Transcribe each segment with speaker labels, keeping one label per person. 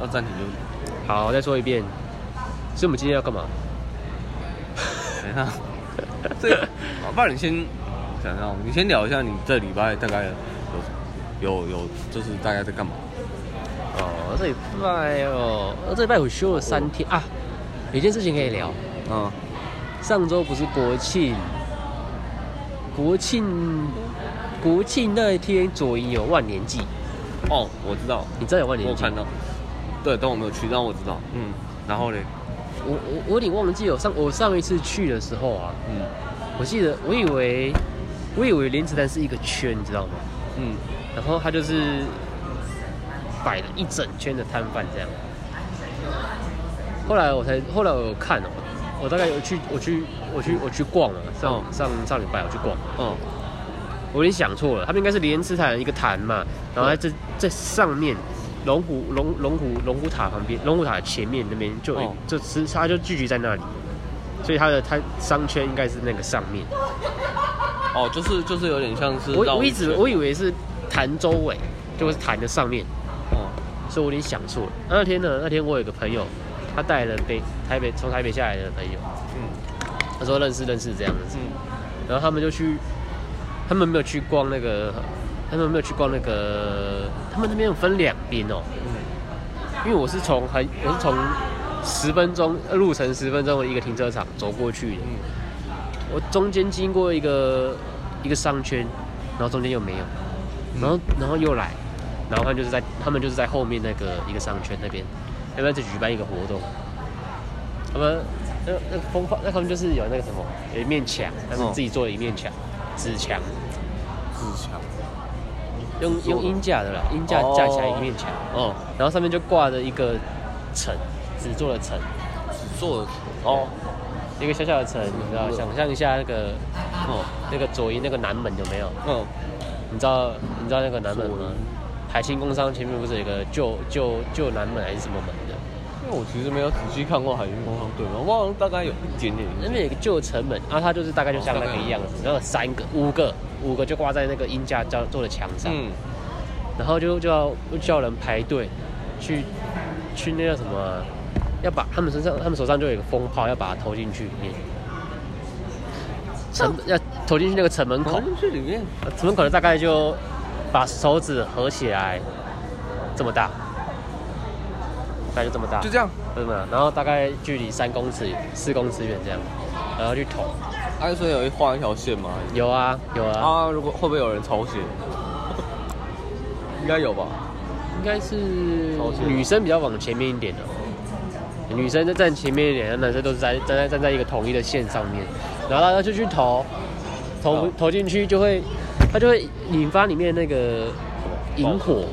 Speaker 1: 要暂停就
Speaker 2: 好，再说一遍，所以我们今天要干嘛？
Speaker 1: 等 一下。这，好不然你先想想，你先聊一下你这礼拜大概有有有，就是大概在干嘛？
Speaker 2: 哦，这礼拜哦，呃这礼拜我休了三天啊。有一件事情可以聊，
Speaker 1: 嗯，
Speaker 2: 上周不是国庆，国庆，国庆那一天左营有万年祭，
Speaker 1: 哦，我知道，
Speaker 2: 你知道有万
Speaker 1: 我
Speaker 2: 年
Speaker 1: 有
Speaker 2: 祭？
Speaker 1: 看到，对，但我没有去，但我知道，嗯，然后嘞，
Speaker 2: 我我我有点忘记有哦上我上一次去的时候啊，
Speaker 1: 嗯
Speaker 2: 我记得我以为我以为莲池潭是一个圈，你知道吗？
Speaker 1: 嗯，
Speaker 2: 然后它就是摆了一整圈的摊贩这样。后来我才后来我有看哦、我大概有去我去我去我去逛了、上、
Speaker 1: 哦
Speaker 2: 上上礼拜我去逛，
Speaker 1: 哦，
Speaker 2: 我有点想错了，他们应该是莲池潭一个潭嘛，然后在这在上面龙虎龙龙虎龙虎塔旁边，龙虎塔前面那边就有一
Speaker 1: 哦
Speaker 2: 就吃它就聚集在那里，所以它的它商圈应该是那个上面。
Speaker 1: 哦，就是就是有点像是
Speaker 2: 我
Speaker 1: 绕
Speaker 2: 我一
Speaker 1: 圈
Speaker 2: 直我以为是潭周围，就是潭的上面，
Speaker 1: 哦，
Speaker 2: 所以我有点想错了。那天呢，那天我有个朋友，他带了北台北从台北下来的朋友，
Speaker 1: 嗯
Speaker 2: 他说认识认识这样子，
Speaker 1: 嗯，
Speaker 2: 然后他们就去，他们没有去逛那个，他们没有去逛那个，他们那边有分两边哦，
Speaker 1: 嗯
Speaker 2: 因为我是从很我是从十分钟路程十分钟的一个停车场走过去的，
Speaker 1: 嗯
Speaker 2: 我中间经过一个一个商圈，然后中间又没有，
Speaker 1: 嗯
Speaker 2: 然后然后又来，然后他们就是在他们就是在后面那个一个商圈那边，他们在举办一个活动，他们那那个风化，那他们就是有那个什么，有一面墙，
Speaker 1: 嗯
Speaker 2: 他们自己做了一面墙，纸墙，
Speaker 1: 自强，
Speaker 2: 用
Speaker 1: 做的
Speaker 2: 用鹰架的啦，鹰架
Speaker 1: 哦
Speaker 2: 架起来一面墙，
Speaker 1: 哦，
Speaker 2: 然后上面就挂着一个城，纸做的城，
Speaker 1: 做的哦
Speaker 2: 一个小小的城，你知道，想象一下那个
Speaker 1: 哦
Speaker 2: 那个左营那个南门有没有？
Speaker 1: 嗯，
Speaker 2: 你知道你知道那个南门
Speaker 1: 左
Speaker 2: 吗
Speaker 1: 营？
Speaker 2: 海清工商前面不是有一个旧旧旧南门还是什么门的？
Speaker 1: 因为我其实没有仔细看过海军工商队嘛，我好像大概有一点点印
Speaker 2: 那
Speaker 1: 象，
Speaker 2: 边有一个旧城门，啊然后它就是大概就像
Speaker 1: 哦
Speaker 2: 那个
Speaker 1: 大概
Speaker 2: 一样子，然后有三个、五个、五个就挂在那个鹰架叫做的墙上，
Speaker 1: 嗯
Speaker 2: 然后就就要就叫人排队去去那叫什么啊、要把他们身上他们手上就有一个风炮，要把它投进去里面，城要投进去那个城门口
Speaker 1: 好，像是里面，
Speaker 2: 呃城门口的大概就把手指合起来这么大，大概就这么大，
Speaker 1: 就这样，
Speaker 2: 对嘛？然后大概距离三公尺、四公尺远这样，然后去投。
Speaker 1: 安啊顺有一画一条线嘛，
Speaker 2: 有啊，有啊，
Speaker 1: 啊，如果会不会有人抄写？应该有吧。
Speaker 2: 应该是
Speaker 1: 超前
Speaker 2: 女生比较往前面一点的、啊女生在站前面一点，男生都是在站在站在一个统一的线上面，然后大家就去投，投
Speaker 1: 哦
Speaker 2: 投进去就会，它就会引发里面那个引火，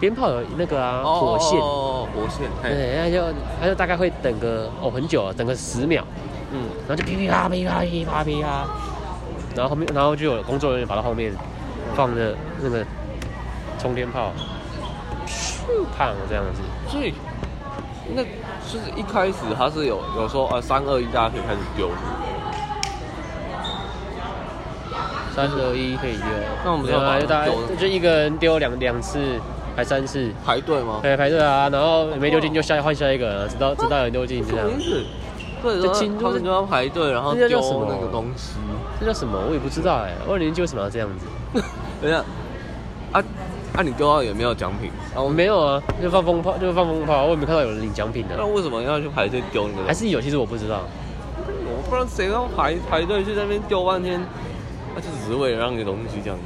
Speaker 2: 鞭炮有那个啊火线。
Speaker 1: 哦，火线，嘿，
Speaker 2: 对，他就他就大概会等个哦很久，等个十秒，
Speaker 1: 嗯，
Speaker 2: 然后就噼噼啪噼啪噼啪噼啪，然后后面然后就有工作人员跑到后面放着那个冲天炮，咻胖这样子，
Speaker 1: 所以那就是一开始他是有有说呃三二一大家可以开始丢，
Speaker 2: 三二一可以丢。
Speaker 1: 那我们
Speaker 2: 没有啊
Speaker 1: 就
Speaker 2: 就大概
Speaker 1: 丢
Speaker 2: 就一个人丢两两次还三次，
Speaker 1: 排队吗？
Speaker 2: 对，排队啊，然后没丢进就下换下一个，直到直到有人丢进
Speaker 1: 什
Speaker 2: 这样
Speaker 1: 么。意思？对，
Speaker 2: 这
Speaker 1: 然后
Speaker 2: 进入
Speaker 1: 他们就要排队，然后
Speaker 2: 这
Speaker 1: 丢
Speaker 2: 叫什么
Speaker 1: 那个东西。
Speaker 2: 这叫什么？我也不知道哎、二年级为什么要这样子？
Speaker 1: 等一下，啊啊，你丢到有没有奖品？
Speaker 2: 啊，我没有啊，就放风炮，就放风炮，我也没看到有人领奖品的、
Speaker 1: 那为什么要去排队丢那个
Speaker 2: 还
Speaker 1: 东西？
Speaker 2: 是有，其实我不知道。
Speaker 1: 我不知道谁要排排队去那边丢半天，啊那就只是为了让你东西这样，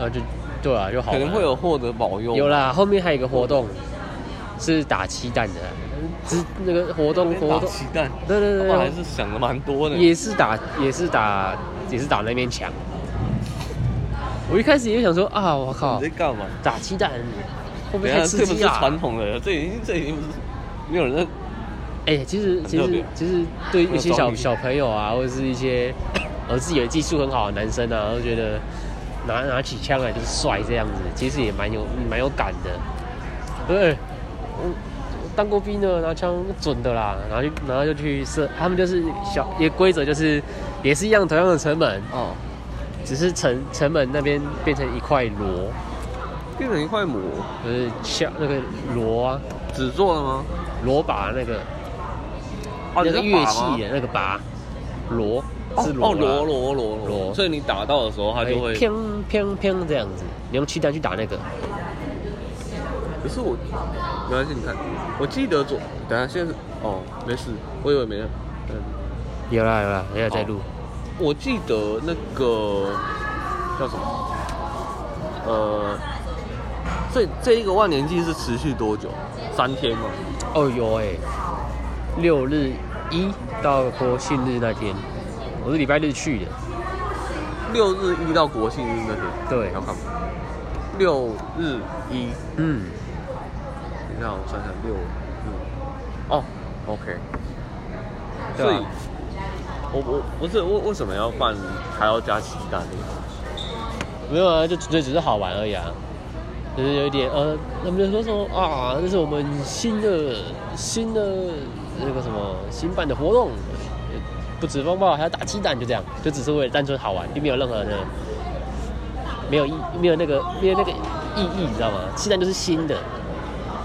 Speaker 2: 然后就对啊，就好
Speaker 1: 可
Speaker 2: 玩
Speaker 1: 能会有获得保佑。
Speaker 2: 有啦，后面还有一个活动是打鸡蛋的，只那个活动活
Speaker 1: 打
Speaker 2: 动，
Speaker 1: 鸡蛋，
Speaker 2: 对对
Speaker 1: 他
Speaker 2: 对
Speaker 1: 们还
Speaker 2: 对
Speaker 1: 是想的蛮多的。
Speaker 2: 也是打也是打也是打那面墙。我一开始也想说啊，我靠
Speaker 1: 你在，干嘛？
Speaker 2: 打鸡蛋会不会
Speaker 1: 等一
Speaker 2: 太
Speaker 1: 下，
Speaker 2: 刺
Speaker 1: 这不
Speaker 2: 激
Speaker 1: 是
Speaker 2: 啊？
Speaker 1: 传统的，这已经这已经不是没有人在
Speaker 2: 哎、其实其
Speaker 1: 很特
Speaker 2: 实
Speaker 1: 别
Speaker 2: 其实对一
Speaker 1: 很有
Speaker 2: 些小
Speaker 1: 创意
Speaker 2: 小朋友啊，或者是一些呃自己的技术很好的男生啊，都觉得拿拿起枪来就是帅这样子，其实也蛮有蛮有感的。对，我我当过兵的，拿枪准的啦，然后就然后就去射，他们就是小也规则就是也是一样同样的城门，
Speaker 1: 哦，
Speaker 2: 只是城城门那边变成一块螺，
Speaker 1: 变成一块膜，
Speaker 2: 就是下那个锣啊，
Speaker 1: 纸做的吗？
Speaker 2: 锣把那个、
Speaker 1: 哦，
Speaker 2: 那
Speaker 1: 你
Speaker 2: 个
Speaker 1: 说
Speaker 2: 乐
Speaker 1: 把吗
Speaker 2: 器的那个把，锣
Speaker 1: 哦
Speaker 2: 是
Speaker 1: 哦，
Speaker 2: 锣啦
Speaker 1: 螺螺螺
Speaker 2: 螺
Speaker 1: 螺，所以你打到的时候，它就会。
Speaker 2: 砰砰砰这样子，你用气弹去打那个，
Speaker 1: 可是我，没关系，你看，我记得左，等一下现在是哦，没事，我以为没了。嗯，
Speaker 2: 有啦有啦，等一下再录。
Speaker 1: 我记得那个叫什么？呃，这这一个万年祭是持续多久？三天吗？
Speaker 2: 哦有哎、六日一到国庆日那天，我是礼拜日去的，
Speaker 1: 六日一到国庆日那天。
Speaker 2: 对
Speaker 1: 要看吗？六日一，
Speaker 2: 嗯，
Speaker 1: 等一下我算一下，六日。哦，OK。
Speaker 2: 对
Speaker 1: 所以
Speaker 2: 啊，
Speaker 1: 我我不是为为什么要办还要加鸡蛋这个？
Speaker 2: 没有啊，就纯粹只是好玩而已啊。就是有一点呃，他们就说什么啊，这是我们新的新的那个什么新办的活动，呃不止风暴还要打鸡蛋，就这样，就只是为了单纯好玩，并没有任何的没有意没有那个没有那个意义，你知道吗？鸡蛋就是新的，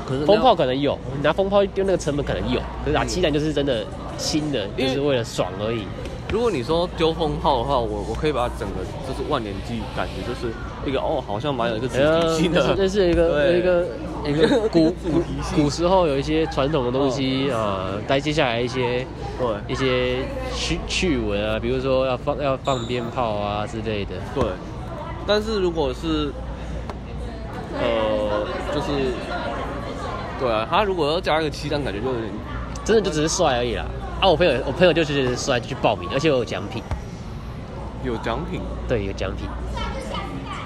Speaker 1: 可是
Speaker 2: 风炮可能有，拿风炮去丢那个成本可能有，可是打鸡蛋就是真的新的，
Speaker 1: 因
Speaker 2: 就
Speaker 1: 为
Speaker 2: 是为了爽而已。
Speaker 1: 如果你说丢风炮的话，我我可以把整个就是万年祭感觉就是一个哦，好像蛮有一个主
Speaker 2: 呃，
Speaker 1: 题性
Speaker 2: 那是
Speaker 1: 的
Speaker 2: 那是一个
Speaker 1: 对
Speaker 2: 一个一 个古
Speaker 1: 一个
Speaker 2: 古
Speaker 1: 主题性
Speaker 2: 古时候有一些传统的东西啊，呃再接下来一些
Speaker 1: 对
Speaker 2: 一些趣趣闻啊，比如说要放要放鞭炮啊之类的。
Speaker 1: 对。但是如果是呃，就是对啊，他如果要加一个鸡蛋，感觉就有点
Speaker 2: 真的就只是帅而已啦。啊，我朋友我朋友就觉得帅就去报名，而且我有奖品，
Speaker 1: 有奖品
Speaker 2: 对，有奖品，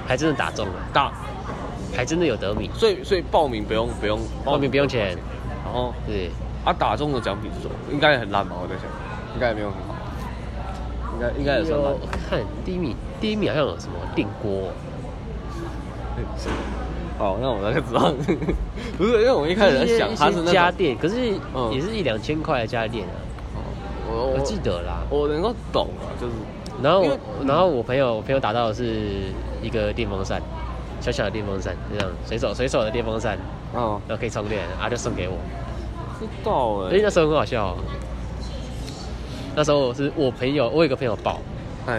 Speaker 2: 还真的打中了，
Speaker 1: 大，
Speaker 2: 还真的有得名，
Speaker 1: 所以所以报名不用不用
Speaker 2: 报名不用钱，
Speaker 1: 然后
Speaker 2: 对，
Speaker 1: 啊打中的奖品是什么？应该也很烂吧？我在想，应该也没有很好，应该应该也算烂
Speaker 2: 有。看第一名，第一名好像有什么电锅哦，
Speaker 1: 好，哦那我大概知道， 不是因为我一开始在想他是
Speaker 2: 一
Speaker 1: 那
Speaker 2: 些家
Speaker 1: 种，
Speaker 2: 电，可是
Speaker 1: 嗯
Speaker 2: 也是一两千块的家电啊，
Speaker 1: 我
Speaker 2: 我
Speaker 1: 我
Speaker 2: 记得啦。
Speaker 1: 我能够懂啊，就是
Speaker 2: 然后
Speaker 1: 因为
Speaker 2: 我然后我朋友我朋友打到的是一个电风扇，小小的电风扇，这样随手随手的电风扇，
Speaker 1: 哦，
Speaker 2: 然后可以充电，啊就送给我。
Speaker 1: 知道
Speaker 2: 而
Speaker 1: 哎
Speaker 2: 且，那时候很好笑哦、那时候我是我朋友，我有一个朋友抱，
Speaker 1: 哎，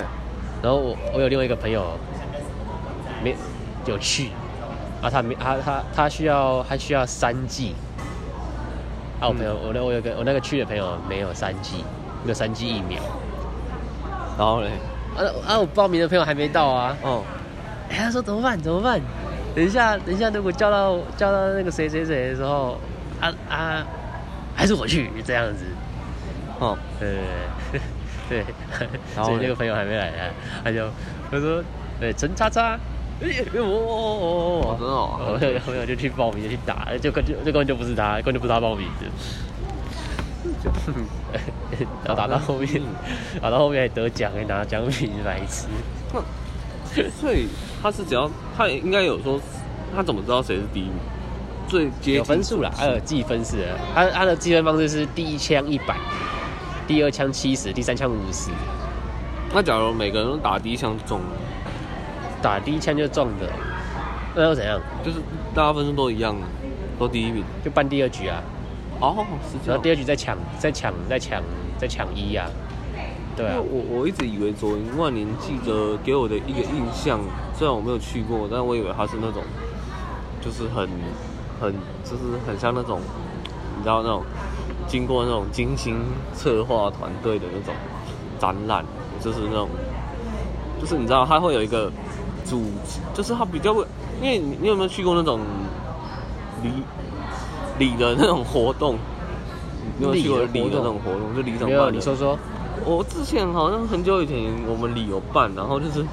Speaker 2: 然后我我有另外一个朋友没有去，啊他没他他他需要他需要三 G，啊我朋友、我那我有个我那个去的朋友没有三 G，没有三 G 疫苗，
Speaker 1: 然后嘞，
Speaker 2: 啊啊我报名的朋友还没到啊，
Speaker 1: 哦，
Speaker 2: 哎他说怎么办怎么办？等一下等一下，如果叫到叫到那个谁谁谁的时候，啊啊还是我去这样子，
Speaker 1: 哦，
Speaker 2: 对 对，
Speaker 1: 然后
Speaker 2: 所以
Speaker 1: 嘞
Speaker 2: 那个朋友还没来啊，他就他说，对，陈叉叉，哎哎我我我我
Speaker 1: 哦真的哦
Speaker 2: 我有朋友就去报名就去打，就根就就根本就不是他，根本就不是他报名 的，哦然后打到后面，打到后面还得奖，还拿奖品，白痴。
Speaker 1: 那所以他是只要他应该有说，他怎么知道谁是第一名？最接
Speaker 2: 有
Speaker 1: 近
Speaker 2: 分数啦，呃还有计分式的，他他的计分方式是第一枪一百，第二枪七十，第三枪五十，
Speaker 1: 那假如每个人都打第一枪就中了，
Speaker 2: 打第一枪就中的，那又怎样？
Speaker 1: 就是大家分数都一样，都第一名。
Speaker 2: 就办第二局啊。
Speaker 1: 哦，是这
Speaker 2: 然
Speaker 1: 样
Speaker 2: 后。第二局再抢，再抢，再抢，再抢一啊，对
Speaker 1: 因
Speaker 2: 啊
Speaker 1: 为，我我一直以为左营万年记得给我的一个印象，虽然我没有去过，但我以为它是那种，就是很很就是很像那种，你知道那种经过那种精心策划团队的那种展览，就是那种，就是你知道它会有一个组织，就是它比较会，因为你你有没有去过那种礼礼的那种活动？你有没有去过
Speaker 2: 礼的活
Speaker 1: 礼的那种
Speaker 2: 动
Speaker 1: 活动？就礼长
Speaker 2: 没
Speaker 1: 办
Speaker 2: 有
Speaker 1: 的
Speaker 2: 你说说，
Speaker 1: 我之前好像很久以前我们旅游办，然后就是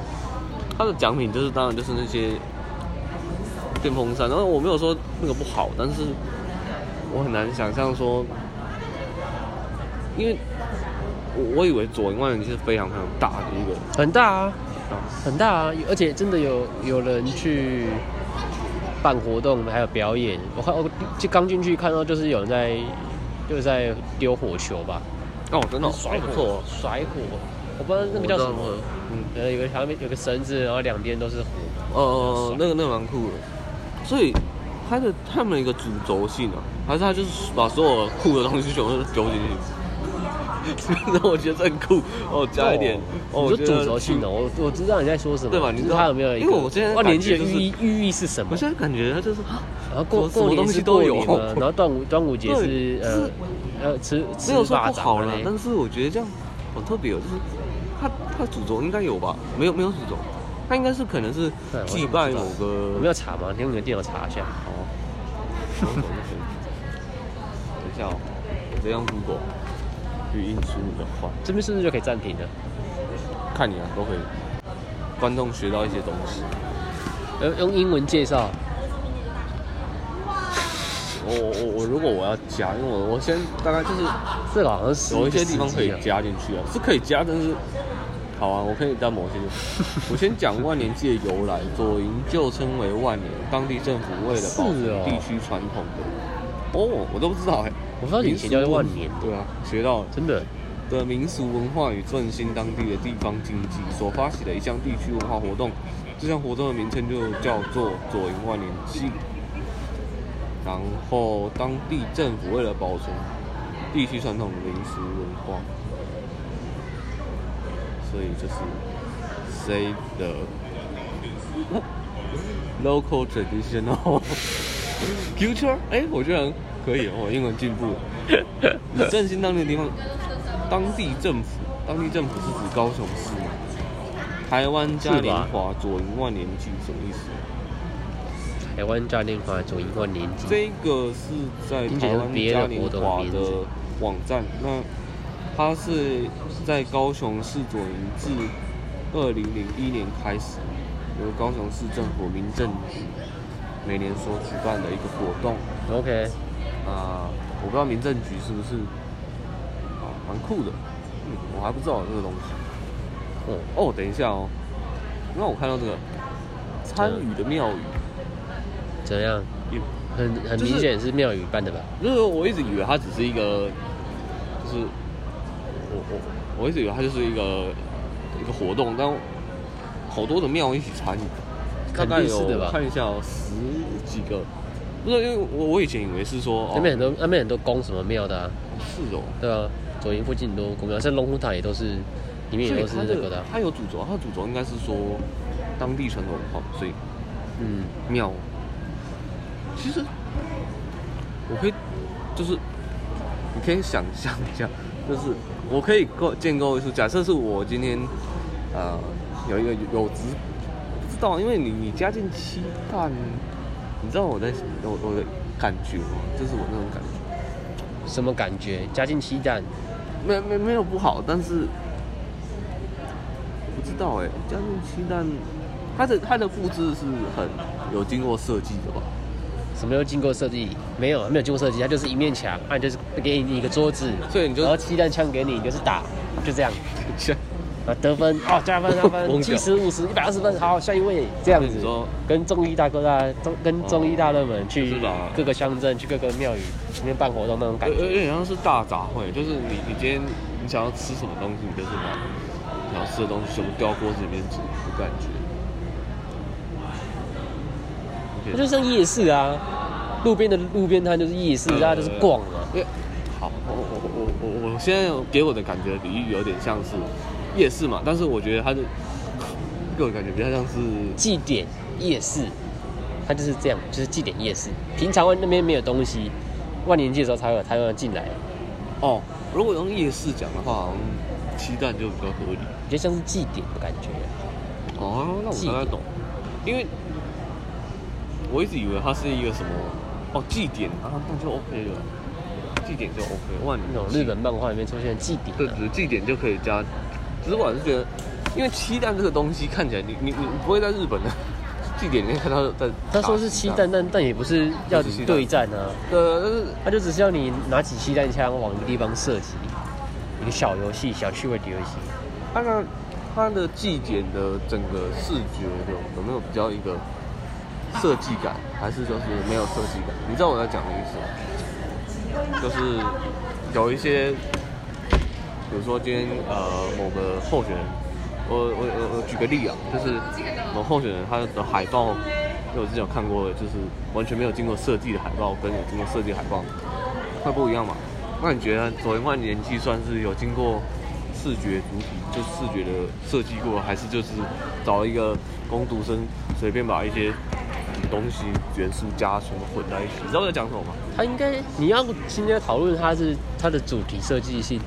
Speaker 1: 它的奖品就是当然就是那些电风扇，然后我没有说那个不好，但是我很难想象说，因为我我以为左营万人其实非常非常大的一个
Speaker 2: 很大啊，
Speaker 1: 啊，
Speaker 2: 很大啊，而且真的有有人去办活动，还有表演。我看我就刚进去看到，就是有人在就是在丢火球吧，
Speaker 1: 哦真的哦
Speaker 2: 甩
Speaker 1: 还
Speaker 2: 火
Speaker 1: 不错哦，
Speaker 2: 甩火，我不知道那个叫什么
Speaker 1: 我知道，嗯
Speaker 2: 呃，有个旁边有个绳子，然后两边都是火，
Speaker 1: 哦、呃，那个那个蛮酷的，哦所以它的它们有一个主轴性啊，还是它就是把所有酷的东西全部都丢进去？ 那我觉得这很酷哦，加一点哦，
Speaker 2: 你
Speaker 1: 我
Speaker 2: 说
Speaker 1: 觉
Speaker 2: 主
Speaker 1: 得
Speaker 2: 轴性的，我我知道你在说什么，
Speaker 1: 对吧你
Speaker 2: 就
Speaker 1: 知
Speaker 2: 是
Speaker 1: 道
Speaker 2: 它有没有一个，
Speaker 1: 因为我现在
Speaker 2: 哇，
Speaker 1: 感
Speaker 2: 年纪
Speaker 1: 觉
Speaker 2: 的
Speaker 1: 就是
Speaker 2: 寓意寓意是什么
Speaker 1: 我？现在感觉它就是啊
Speaker 2: 然后过
Speaker 1: 什么
Speaker 2: 过年
Speaker 1: 东西
Speaker 2: 是
Speaker 1: 都
Speaker 2: 过
Speaker 1: 有
Speaker 2: 年了，然后端午端午节是
Speaker 1: 对
Speaker 2: 呃
Speaker 1: 是
Speaker 2: 呃吃吃
Speaker 1: 没有说
Speaker 2: 蚂
Speaker 1: 不好
Speaker 2: 蚱
Speaker 1: 了，
Speaker 2: 嘞
Speaker 1: 但，是我觉得这样好特别哦，就是它它主轴应该有吧？没有没有主轴，它应该是可能是
Speaker 2: 对我
Speaker 1: 祭
Speaker 2: 也不
Speaker 1: 拜
Speaker 2: 知道
Speaker 1: 某
Speaker 2: 我
Speaker 1: 个
Speaker 2: 们要查吗？你用你的电脑查一下。
Speaker 1: 哦，等一下哦，我在用 Google 语音输入的话，
Speaker 2: 这边是不是就可以暂停了？
Speaker 1: 看你啊都可以，观众学到一些东西。
Speaker 2: 呃，用英文介绍，
Speaker 1: 我我我如果我要加，因为我我先大概就是
Speaker 2: 这个好像是
Speaker 1: 有一些地方
Speaker 2: 十
Speaker 1: 可
Speaker 2: 几
Speaker 1: 以
Speaker 2: 了
Speaker 1: 加进去啊，是可以加，但是好啊，我可以在某些地方。我先讲万年祭的由来，左营旧称为万年，当地政府为了保存
Speaker 2: 是哦
Speaker 1: 地区传统的。哦，我都不知道哎、
Speaker 2: 我不知道以前叫万年，
Speaker 1: 对啊，学到了。
Speaker 2: 真的
Speaker 1: 的民俗文化与振兴当地的地方经济所发起的一项地区文化活动，这项活动的名称就叫做左营万年祭。然后当地政府为了保存地区传统民俗文化，所以就是 save the local traditional culture。哎，我觉得可以哦，我英文进步了。以振兴当地的地方，当地政府，当地政府是指高雄市吗？台湾嘉年华左营万年祭什么意思？
Speaker 2: 台湾嘉年华左营万年祭，
Speaker 1: 这个是在台湾嘉年华的网站，那它是在高雄市左营自二零零一年开始，由高雄市政府民政局每年所举办的一个活动。
Speaker 2: OK，
Speaker 1: 啊、我不知道民政局是不是啊，蛮酷的。嗯，我还不知道有这个东西。
Speaker 2: 哦，
Speaker 1: 哦，等一下哦，那我看到这个参与的庙宇，
Speaker 2: 怎样？
Speaker 1: 也
Speaker 2: 很很
Speaker 1: 就是哦
Speaker 2: 明显是庙宇办的吧？
Speaker 1: 就是我一直以为它只是一个，就是我我我一直以为它就是一个一个活动，但好多的庙一起参与，大
Speaker 2: 肯
Speaker 1: 概
Speaker 2: 定是
Speaker 1: 有
Speaker 2: 的吧
Speaker 1: 我看一下哦，十几个。不是，因为我我以前以为是说哦
Speaker 2: 那，边很多那边很多宫什么庙的啊，
Speaker 1: 是哦，
Speaker 2: 对啊，左营附近很多宫庙，像龙虎塔也都是，里面也都是
Speaker 1: 所以它
Speaker 2: 那
Speaker 1: 这
Speaker 2: 个的啊，
Speaker 1: 它有主轴，它主轴应该是说当地传统文化，所以
Speaker 2: 嗯，
Speaker 1: 庙。其实我可以，就是你可以想象一下， 就是我可以构建构一出，假设是我今天呃有一个有职，不知道，因为你你家境期盼，你知道我在我我的感觉吗？就是我那种感觉，
Speaker 2: 什么感觉？家境鸡蛋，
Speaker 1: 没没没有不好，但是我不知道哎、家境期但它的它的布置是很有经过设计的吧？
Speaker 2: 什么都经过设计，没有没有经过设计，它就是一面墙，啊就是给你一个桌子，
Speaker 1: 所以你就
Speaker 2: 然后鸡蛋枪给你，你就是打，就这样。
Speaker 1: 像
Speaker 2: 啊，得分哦，加分加
Speaker 1: 疯
Speaker 2: 分，
Speaker 1: 掉
Speaker 2: 七十五十一百二十分，好，下一位这样子
Speaker 1: 你说，哦
Speaker 2: 跟中医大哥大中跟中医大热门去
Speaker 1: 是吧呃
Speaker 2: 各个乡镇、去各个庙宇里面办活动那种感
Speaker 1: 有有有
Speaker 2: 觉，
Speaker 1: 点像是大杂烩，就是你你今天你想要吃什么东西，你就是把你想吃的东西全部丢到锅子里面煮，的感觉。
Speaker 2: 它就像夜市啊，路边的路边摊就是夜市，
Speaker 1: 呃
Speaker 2: 大家就是逛嘛。
Speaker 1: 因为好，我我我我我我现在给我的感觉比喻有点像是夜市嘛，但是我觉得它的给我的感觉比较像是
Speaker 2: 祭典夜市，它就是这样，就是祭典夜市。平常那边没有东西，万年祭的时候才有才有人进来，
Speaker 1: 哦，如果用夜市讲的话，好像鸡蛋就比较合理。
Speaker 2: 我觉得像是祭典的感觉。
Speaker 1: 哦，那我大概懂，因为我一直以为它是一个什么哦祭典啊，那就 OK 了，祭典就 OK，万
Speaker 2: 那种日本漫画里面出现的祭典、
Speaker 1: 对，
Speaker 2: 啊，
Speaker 1: 只是祭典就可以加，只是我还是觉得，因为鸡蛋这个东西看起来你你你不会在日本的 祭典里面看到在
Speaker 2: 他说是
Speaker 1: 鸡
Speaker 2: 七蛋，，但但也不是要
Speaker 1: 啊不是七蛋
Speaker 2: 对战啊。
Speaker 1: 对，但是
Speaker 2: 他就只是要你拿起气弹枪往一个地方射击，一个小游戏、小趣味的游戏。
Speaker 1: 它的它的祭典的整个视觉有有没有比较一个设计感，还是就是没有设计感？你知道我在讲的意思吗？就是有一些，比如说今天呃某个候选人，我我我我举个例啊，就是某候选人他的海报因为我之前有看过，就是完全没有经过设计的海报，跟有经过设计的海报会不一样嘛？那你觉得左一万年计算是有经过视觉主体，就视觉的设计过，还是就是找一个工读生随便把一些东西元素加什么混在一起？你知道我在讲什么吗？
Speaker 2: 它应该你要今天讨论它是它的主题设计性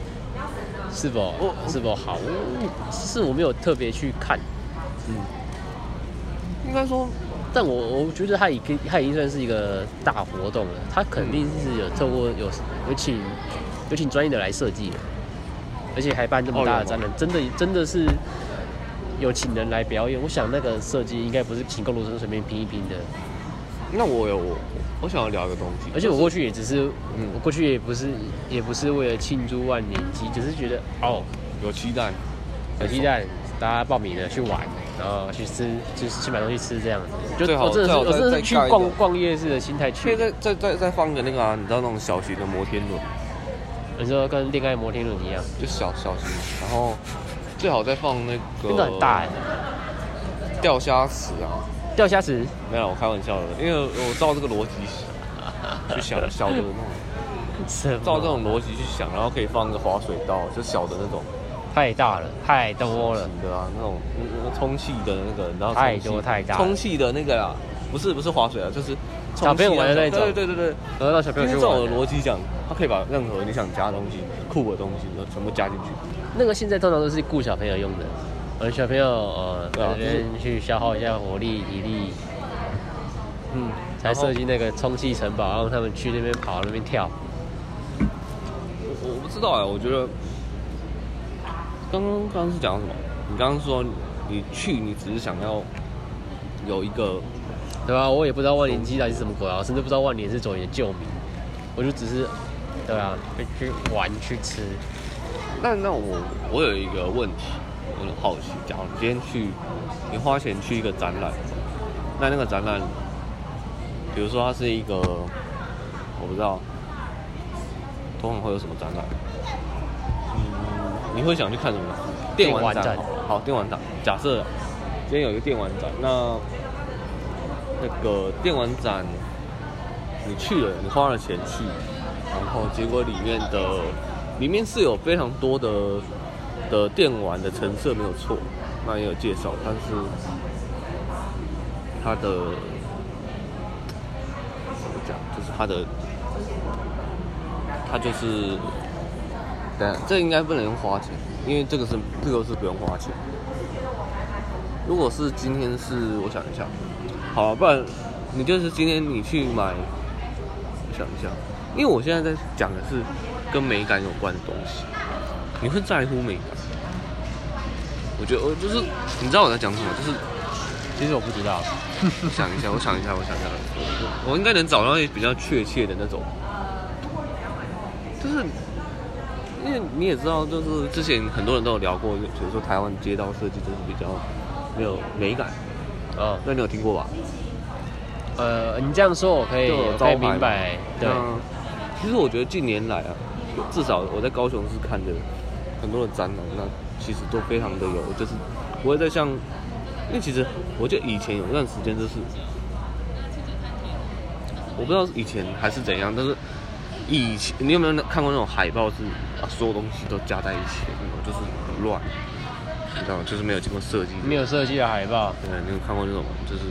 Speaker 2: 是否
Speaker 1: 我
Speaker 2: 是否好，我是我没有特别去看，
Speaker 1: 嗯，应该说
Speaker 2: 但我我觉得它已经它已经算是一个大活动了，它肯定是有透过有有请有请专业的来设计的，而且还办这么大的
Speaker 1: 哦
Speaker 2: 展览，真的真的是有请人来表演。我想那个设计应该不是请工读生随便拼一拼的，
Speaker 1: 那我有我我想要聊一个东西，
Speaker 2: 而且我过去也只是
Speaker 1: 嗯
Speaker 2: 我过去也不是也不是为了庆祝万年祭，只是觉得哦
Speaker 1: 有期待，
Speaker 2: 有鸡蛋，大家报名了去玩，然后去吃，就是去买东西吃这样子。就
Speaker 1: 最好
Speaker 2: 我真的是
Speaker 1: 最好
Speaker 2: 我真的
Speaker 1: 再
Speaker 2: 是去
Speaker 1: 再盖一个
Speaker 2: 逛逛夜市的心态
Speaker 1: 可以
Speaker 2: 去。
Speaker 1: 再再再再放个那个啊，你知道那种小型的摩天轮，
Speaker 2: 你说跟恋爱摩天轮一样，
Speaker 1: 就小小型，然后最好再放那个
Speaker 2: 那个很大哎、
Speaker 1: 钓虾池啊，
Speaker 2: 钓虾池
Speaker 1: 没有，我开玩笑的，因为我照这个逻辑去想 小的那种，
Speaker 2: 什么
Speaker 1: 照这种逻辑去想，然后可以放个滑水道，就小的那种
Speaker 2: 太大了，太多了
Speaker 1: 型，的啊，那种那个充气的那个，你知道
Speaker 2: 太
Speaker 1: 充气
Speaker 2: 多太大了
Speaker 1: 充气的那个啦，不是不是滑水啊，就是充
Speaker 2: 小朋友
Speaker 1: 气
Speaker 2: 玩的那种
Speaker 1: 对对对对。
Speaker 2: 然后让小朋
Speaker 1: 就是
Speaker 2: 友去
Speaker 1: 照我
Speaker 2: 玩
Speaker 1: 的
Speaker 2: 了。
Speaker 1: 逻辑讲，它可以把任何你想加的东西、酷的东西，都全部加进去。
Speaker 2: 那个现在通常都是顾小朋友用的，我们小朋友呃
Speaker 1: 对啊
Speaker 2: 在这边去消耗一下活力体力，
Speaker 1: 嗯，
Speaker 2: 才设计那个充气城堡，让他们去那边跑那边跳。
Speaker 1: 我我不知道哎、我觉得刚刚刚刚是讲什么？你刚刚说你去，你只是想要有一个
Speaker 2: 对吧、我也不知道万年鸡到底是什么鬼啊，我甚至不知道万年是走你的旧名，我就只是，对啊，去去玩去吃，
Speaker 1: 那那我我有一个问题，我很好奇，假如你今天去，你花钱去一个展览，那那个展览，比如说它是一个，我不知道，通常会有什么展览？嗯，你会想去看什么？电玩展
Speaker 2: 电玩展
Speaker 1: 好了好，电玩展。假设今天有一个电玩展，那那个电玩展，你去了，你花了钱去，然后结果里面的里面是有非常多的的电玩的成色没有错，那也有介绍，但是它的怎么讲，就是它的它就是，等一下这应该不能用花钱，因为这个是这个是不用花钱。如果是今天是我想一下，好、啊，不然你就是今天你去买，我想一下，因为我现在在讲的是跟美感有关的东西，你会在乎美感？我觉得我就是你知道我在讲什么，就是
Speaker 2: 其实我不知道，
Speaker 1: 我想一下，我想一下，我想一下，我我应该能找到比较确切的那种，就是因为你也知道，就是之前很多人都有聊过，就比如说台湾街道设计就是比较没有美感，
Speaker 2: 哦，
Speaker 1: 那你有听过吧？
Speaker 2: 呃，你这样说我可以，
Speaker 1: 就有
Speaker 2: 我
Speaker 1: 招
Speaker 2: 可
Speaker 1: 牌啊嗯
Speaker 2: 以明白，对，
Speaker 1: 那其实我觉得近年来啊，至少我在高雄市看的很多的展览，那其实都非常的有，就是不会再像，因为其实我记得以前有一段时间就是，我不知道是以前还是怎样，但是以前你有没有那看过那种海报是把所有东西都加在一起的那种，就是很乱，你知道吗？就是没有经过设计的。
Speaker 2: 没有设计的海报，
Speaker 1: 对，你有看过那种吗就是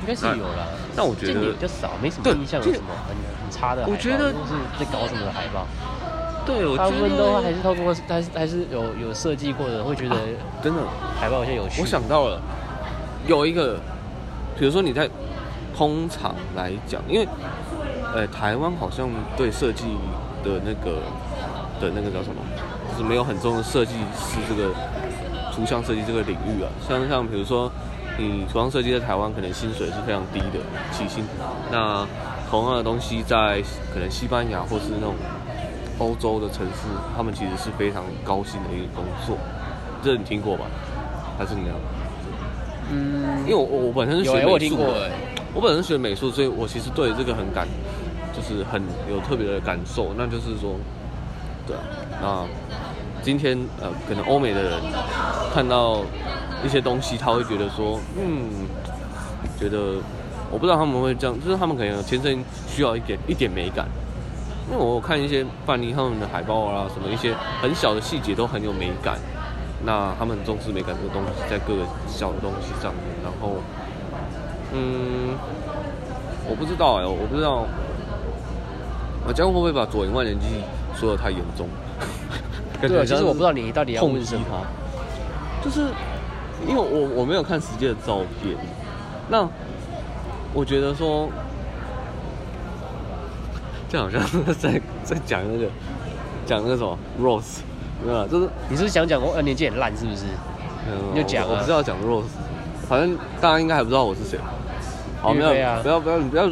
Speaker 2: 应该是有啦，
Speaker 1: 那我觉得
Speaker 2: 近年比较少，没什么
Speaker 1: 对
Speaker 2: 印象有
Speaker 1: 这
Speaker 2: 什么很很差的海报，
Speaker 1: 我觉得
Speaker 2: 或是在搞什么的海报，
Speaker 1: 对，我觉
Speaker 2: 大
Speaker 1: 得
Speaker 2: 部分都还是透过还是还是有有设计过的，会觉得
Speaker 1: 真的。
Speaker 2: 海报好像有
Speaker 1: 啊
Speaker 2: 趣。
Speaker 1: 我想到了，有一个，比如说你在通常来讲，因为呃台湾好像对设计的那个的那个叫什么，就是没有很重的设计师这个图像设计这个领域啊，像像比如说你图像设计在台湾可能薪水是非常低的起薪，那同样的东西在可能西班牙或是那种欧洲的城市，他们其实是非常高薪的一个工作，这你听过吧？还是你要？
Speaker 2: 嗯
Speaker 1: 因，为我我我本嗯身是
Speaker 2: 有
Speaker 1: 学
Speaker 2: 哎、我有
Speaker 1: 美
Speaker 2: 听
Speaker 1: 术
Speaker 2: 过
Speaker 1: 的，
Speaker 2: 哎、
Speaker 1: 我本身是学美术，所以我其实对这个很感，就是很有特别的感受。那就是说，对啊，那今天呃，可能欧美的人看到一些东西，他会觉得说，嗯，觉得我不知道他们会这样，就是他们可能天生需要一点一点美感。因为我看一些范例，他们的海报啊，什么一些很小的细节都很有美感。那他们很重视美感这个东西，在各个小的东西上面。然后，嗯，我不知道哎、我不知道，我这样会不会把左营万年记说的太严 重？
Speaker 2: 对啊，其实我不知道你到底要
Speaker 1: 痛
Speaker 2: 问
Speaker 1: 击
Speaker 2: 什么。
Speaker 1: 他，就是因为我我没有看实际的照片，那我觉得说，这好像 是在在讲那个讲那个什么 Rose，没有啦，就是
Speaker 2: 你是不是想讲我呃年纪很烂是不是？
Speaker 1: 嗯
Speaker 2: 你就讲啊
Speaker 1: 我不知道讲 Rose，反正大家应该还不知道我是谁。好，没有
Speaker 2: 玉佩啊，
Speaker 1: 不要不要，你不要，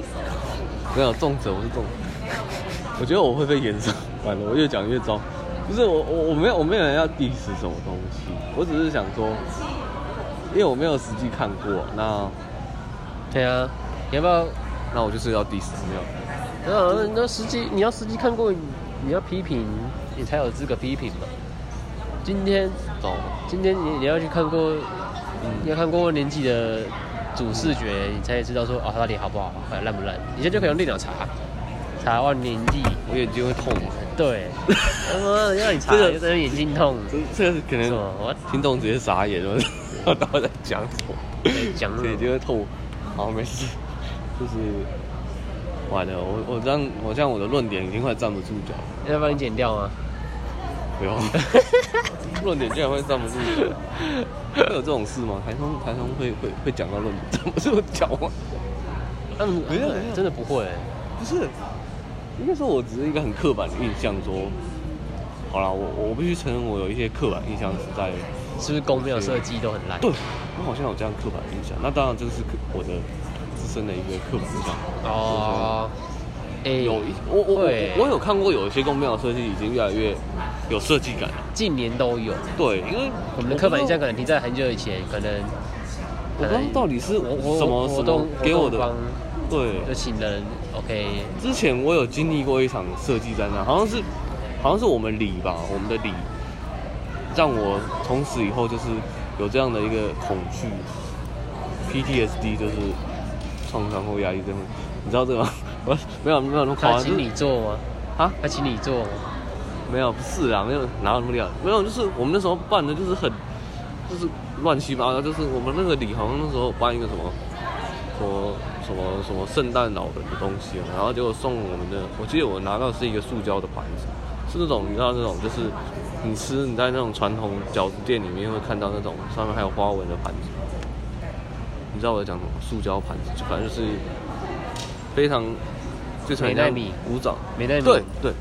Speaker 1: 没有重者，我是重者。我觉得我会被延上，完了，我越讲越糟。不是我我我没有我没有人要 diss 什么东西，我只是想说，因为我没有实际看过，那
Speaker 2: 对啊，你要不要？
Speaker 1: 那我就是要 diss 没有。
Speaker 2: 那那实际你要实际看过，你要批评，你才有资格批评嘛。今天
Speaker 1: 懂，
Speaker 2: 今天你你要去看过，你
Speaker 1: 嗯，
Speaker 2: 要看过年纪的主视觉，你才知道说哦它到底好不好，呃烂不烂。你现在就可以用电脑查，查完年纪，
Speaker 1: 我眼睛会痛吗？
Speaker 2: 对， 他妈让你查，
Speaker 1: 这个
Speaker 2: 就在那边眼睛痛，
Speaker 1: 这这个可
Speaker 2: 什
Speaker 1: 能
Speaker 2: 么我
Speaker 1: 听众直接傻眼了， 我到底在讲什么？
Speaker 2: 讲什么
Speaker 1: 眼睛会痛。好，没事，就是完了，我我这样我这样我的论点已经快站不住脚了。
Speaker 2: 要帮你剪掉吗？
Speaker 1: 不用， 论点竟然会站不住脚，会有这种事吗？台风台风会会会讲到论点站不住脚吗？
Speaker 2: 嗯，
Speaker 1: 没有没有
Speaker 2: 真的不会、
Speaker 1: 不是，应该说我只是一个很刻板的印象说，好啦，我我必须承认我有一些刻板印象是在
Speaker 2: 是不是宫庙设计都很烂？
Speaker 1: 对，我好像有这样刻板印象。那当然，这是刻我的自身的一个刻板印象。
Speaker 2: 哦，哎、
Speaker 1: 有一我我我
Speaker 2: 对
Speaker 1: 我有看过有一些公庙的设计已经越来越有设计感了。
Speaker 2: 近年都有。
Speaker 1: 对，因为
Speaker 2: 我们的刻板印象
Speaker 1: 感，
Speaker 2: 可能停在很久以前，可能
Speaker 1: 我不知道到底是
Speaker 2: 我我
Speaker 1: 什么
Speaker 2: 活
Speaker 1: 什么
Speaker 2: 动
Speaker 1: 给我
Speaker 2: 活动
Speaker 1: 的。对
Speaker 2: 方，就请人 OK，
Speaker 1: 之前我有经历过一场设计展览，好像是好像是我们里吧，我们的里让我从此以后就是有这样的一个恐惧，PTSD 就是创伤后压力症候群。你知道这个吗？ 我没有没有那么夸张，
Speaker 2: 他
Speaker 1: 就
Speaker 2: 请
Speaker 1: 是
Speaker 2: 你做吗？
Speaker 1: 啊，
Speaker 2: 他请你做吗？
Speaker 1: 没有，不是啊，没有哪有那么厉害，没有，就是我们那时候办的就是很，就是乱七八糟，就是我们那个礼好像那时候办一个什么，什么什么什么圣诞老人的东西啊，然后结果送我们的，我记得我拿到是一个塑胶的盘子，是那种你知道那种就是你吃你在那种传统饺子店里面会看到那种上面还有花纹的盘子，你知道我在讲什么？塑胶盘子，就反正就是非常就是很像
Speaker 2: 美奈米
Speaker 1: 鼓掌，
Speaker 2: 没那
Speaker 1: 对对，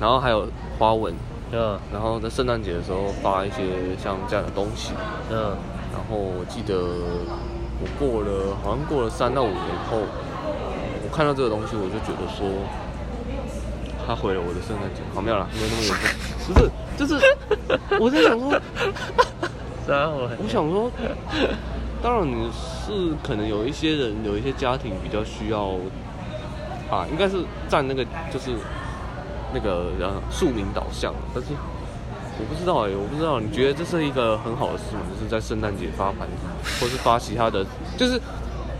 Speaker 1: 然后还有花纹，
Speaker 2: 嗯
Speaker 1: 然后在圣诞节的时候发一些像这样的东西，
Speaker 2: 嗯，
Speaker 1: 然后我记得我过了好像过了三到五年后，我看到这个东西我就觉得说，他毁了我的圣诞节，好没有啦，没有那么严重，不是，就是我在想说，
Speaker 2: 然后
Speaker 1: 我想说，当然你是可能有一些人有一些家庭比较需要啊，应该是占那个就是那个呃庶民导向，但是我不知道哎、我不知道，你觉得这是一个很好的事吗？就是在圣诞节发盘，或是发其他的，就是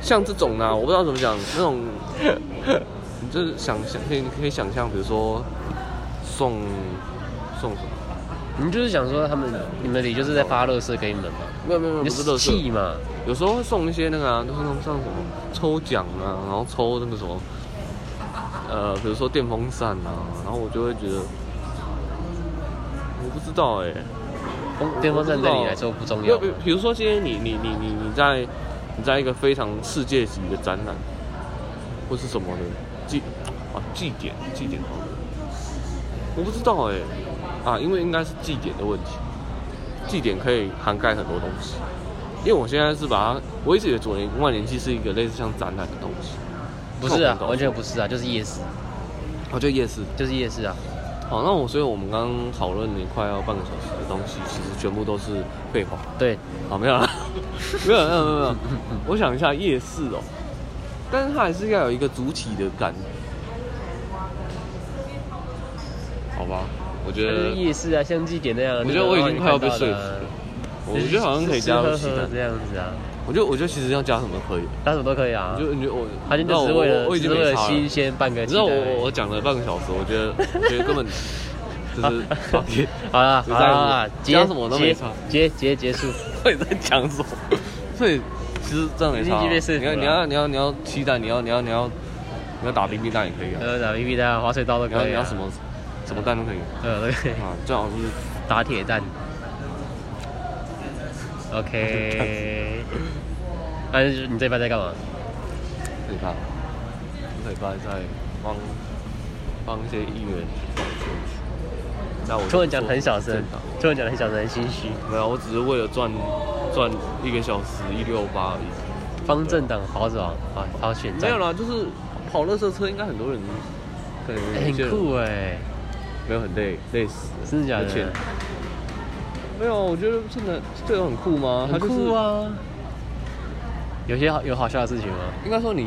Speaker 1: 像这种呢、啊我不知道怎么讲，那种你就是想想可以你可以想象，比如说送送什么？
Speaker 2: 你就是想说他们你们里就是在发乐色给你们嘛，
Speaker 1: 没有没有没有，嗯
Speaker 2: 你
Speaker 1: 不是
Speaker 2: 就
Speaker 1: 垃圾
Speaker 2: 气嘛，
Speaker 1: 有时候会送一些那个啊，就是那种像什么抽奖啊，然后抽那个什么，呃，比如说电风扇啊，然后我就会觉得，我不知道哎、
Speaker 2: 风电风扇对你来说不重
Speaker 1: 因为
Speaker 2: 要
Speaker 1: 比比如说今天你你你你你在你在一个非常世界级的展览，或是什么的祭啊祭典祭典好了，我不知道哎、啊，因为应该是祭典的问题，祭典可以涵盖很多东西。因为我现在是把它，我一直以为左年万年祭是一个类似像展览的东西，
Speaker 2: 不是啊
Speaker 1: 那，我
Speaker 2: 完全不是啊，就是夜市，
Speaker 1: 我觉得夜市
Speaker 2: 就是夜市啊，
Speaker 1: 好，那我所以我们刚刚讨论了快要半个小时的东西，其实全部都是废话。
Speaker 2: 对，
Speaker 1: 好，啊没有了， 没有，没有，没有，没有。我想一下夜市哦、但是它还是要有一个主体的感，好吧？我觉
Speaker 2: 它就是
Speaker 1: 得，
Speaker 2: 夜市啊，像祭典那样啊，
Speaker 1: 我觉
Speaker 2: 就
Speaker 1: 得
Speaker 2: 是
Speaker 1: 我已
Speaker 2: 让
Speaker 1: 经
Speaker 2: 你
Speaker 1: 快要
Speaker 2: 看
Speaker 1: 被
Speaker 2: 到
Speaker 1: 说服
Speaker 2: 的啊
Speaker 1: 了。我觉得好像可以加入
Speaker 2: 吃
Speaker 1: 其
Speaker 2: 吃喝喝
Speaker 1: 他，
Speaker 2: 这样子啊，
Speaker 1: 我觉得我觉得其实要加什么都可以，
Speaker 2: 当什么都可以啊
Speaker 1: 你。就你就我，
Speaker 2: 他今天
Speaker 1: 那
Speaker 2: 就只是为
Speaker 1: 我
Speaker 2: 了
Speaker 1: 我已
Speaker 2: 只是
Speaker 1: 经
Speaker 2: 为
Speaker 1: 没
Speaker 2: 了
Speaker 1: 差
Speaker 2: 新
Speaker 1: 了。
Speaker 2: 鲜半个
Speaker 1: 你
Speaker 2: 鸡
Speaker 1: 知
Speaker 2: 蛋
Speaker 1: 道
Speaker 2: 而已。
Speaker 1: 我我讲了半个小时，我觉得我觉得 根本就是放屁，
Speaker 2: 好了
Speaker 1: 只
Speaker 2: 好
Speaker 1: 在乎
Speaker 2: 了，结
Speaker 1: 讲什么都没
Speaker 2: 结
Speaker 1: 差
Speaker 2: 结结结束。
Speaker 1: 到底在讲什么？所以其实真的没差啊。
Speaker 2: 已经被说服
Speaker 1: 你要
Speaker 2: 了
Speaker 1: 你要你要你要期待，你要你要你要你要打冰冰蛋也可以啊，
Speaker 2: 呃，打 BB 蛋、滑水刀都
Speaker 1: 你要
Speaker 2: 可
Speaker 1: 你
Speaker 2: 以。啊
Speaker 1: 要什？么什么蛋都可以啊
Speaker 2: 呃，都可以。
Speaker 1: 啊，最好是
Speaker 2: 打铁蛋。OK。那就是你这一班在干嘛？
Speaker 1: 这礼拜，这礼拜在帮帮一些议员搞选举。那我
Speaker 2: 突然讲得很小
Speaker 1: 就
Speaker 2: 声
Speaker 1: 做政党，
Speaker 2: 突然讲得很小声，很心虚。
Speaker 1: 没有，我只是为了赚赚一个小时一六八而已。
Speaker 2: 方政党好爽啊，好选
Speaker 1: 没
Speaker 2: 战
Speaker 1: 有，啦，就是跑乐色车，应该很多人可能
Speaker 2: 哎
Speaker 1: 有些
Speaker 2: 很
Speaker 1: 人
Speaker 2: 酷哎，
Speaker 1: 没有很累，累死了。
Speaker 2: 真的假
Speaker 1: 而且
Speaker 2: 的？
Speaker 1: 没有，我觉得真的这个很酷吗？它
Speaker 2: 很
Speaker 1: 就
Speaker 2: 酷
Speaker 1: 是！
Speaker 2: 啊。有些好有好笑的事情吗？
Speaker 1: 应该说你